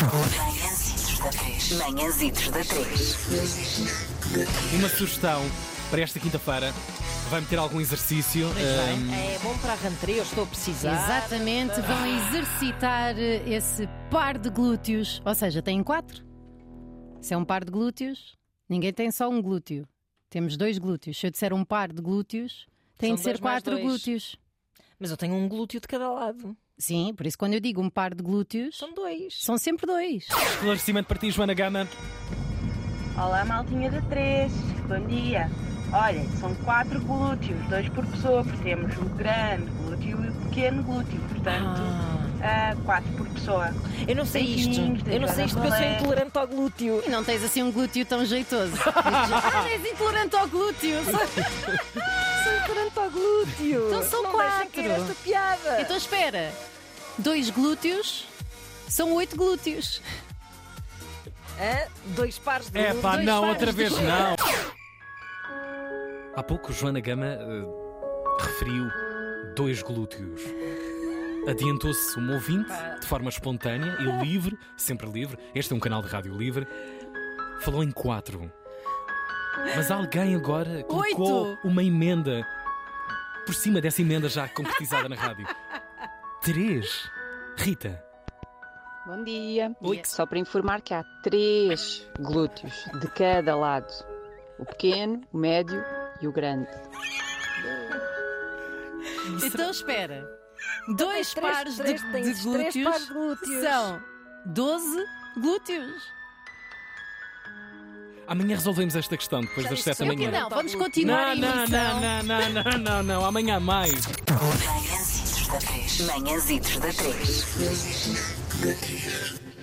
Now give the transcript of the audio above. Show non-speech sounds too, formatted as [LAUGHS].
Manhãzitos da 3. Manhãzitos da 3. Uma sugestão para esta quinta-feira. Vai meter algum exercício. hum, É bom para a rentrée, eu estou a precisar. Exatamente, vão exercitar eh, esse par de glúteos. Ou seja, têm quatro. Se é um par de glúteos, ninguém tem só um glúteo. Temos dois glúteos. Se eu disser um par de glúteos, tem São de ser dois mais quatro dois. glúteos. Mas eu tenho um glúteo de cada lado. Sim, por isso quando eu digo um par de glúteos, São dois. são sempre dois. Esclarecimento para ti, Joana Gama. Olá, maltinha da 3. Bom dia. Olha, são quatro glúteos, dois por pessoa, porque temos o grande glúteo e o pequeno glúteo. Portanto, ah, quatro por pessoa. Eu não sei isto. Beijinhos, da Eu não sei Joana isto porque eu sou Valé. intolerante ao glúteo. E não tens assim um glúteo tão jeitoso. [LAUGHS] Dizes, ah, és intolerante ao glúteo. Sou intolerante ao glúteo. Então são não quatro. Deixa cair esta piada. Então espera. Dois glúteos são oito glúteos. Hã? Dois pares de É glúteos. pá, dois não, pares outra de vez dois. não. Há pouco, Joana Gama eh, referiu dois glúteos. Adiantou-se um ouvinte de forma espontânea e livre, sempre livre. Este é um canal de rádio livre. Falou em quatro. Mas alguém agora colocou Oito. uma emenda por cima dessa emenda já concretizada na rádio. Três. Rita. Bom dia. Oi. Só para informar que há três glúteos de cada lado: o pequeno, o médio e o grande. Então espera. Dois Três- pares três- de, tens de Três pares glúteos de glúteos. são 12 glúteos. Amanhã resolvemos esta questão depois Já das disse que sete da sou manhã. É intolerante Não, Tá ao vamos glúteo. continuar a não, não, não, emissão. não, não, não, não, não. Amanhã há mais. Manhãzitos da 3. Manhãzitos da 3.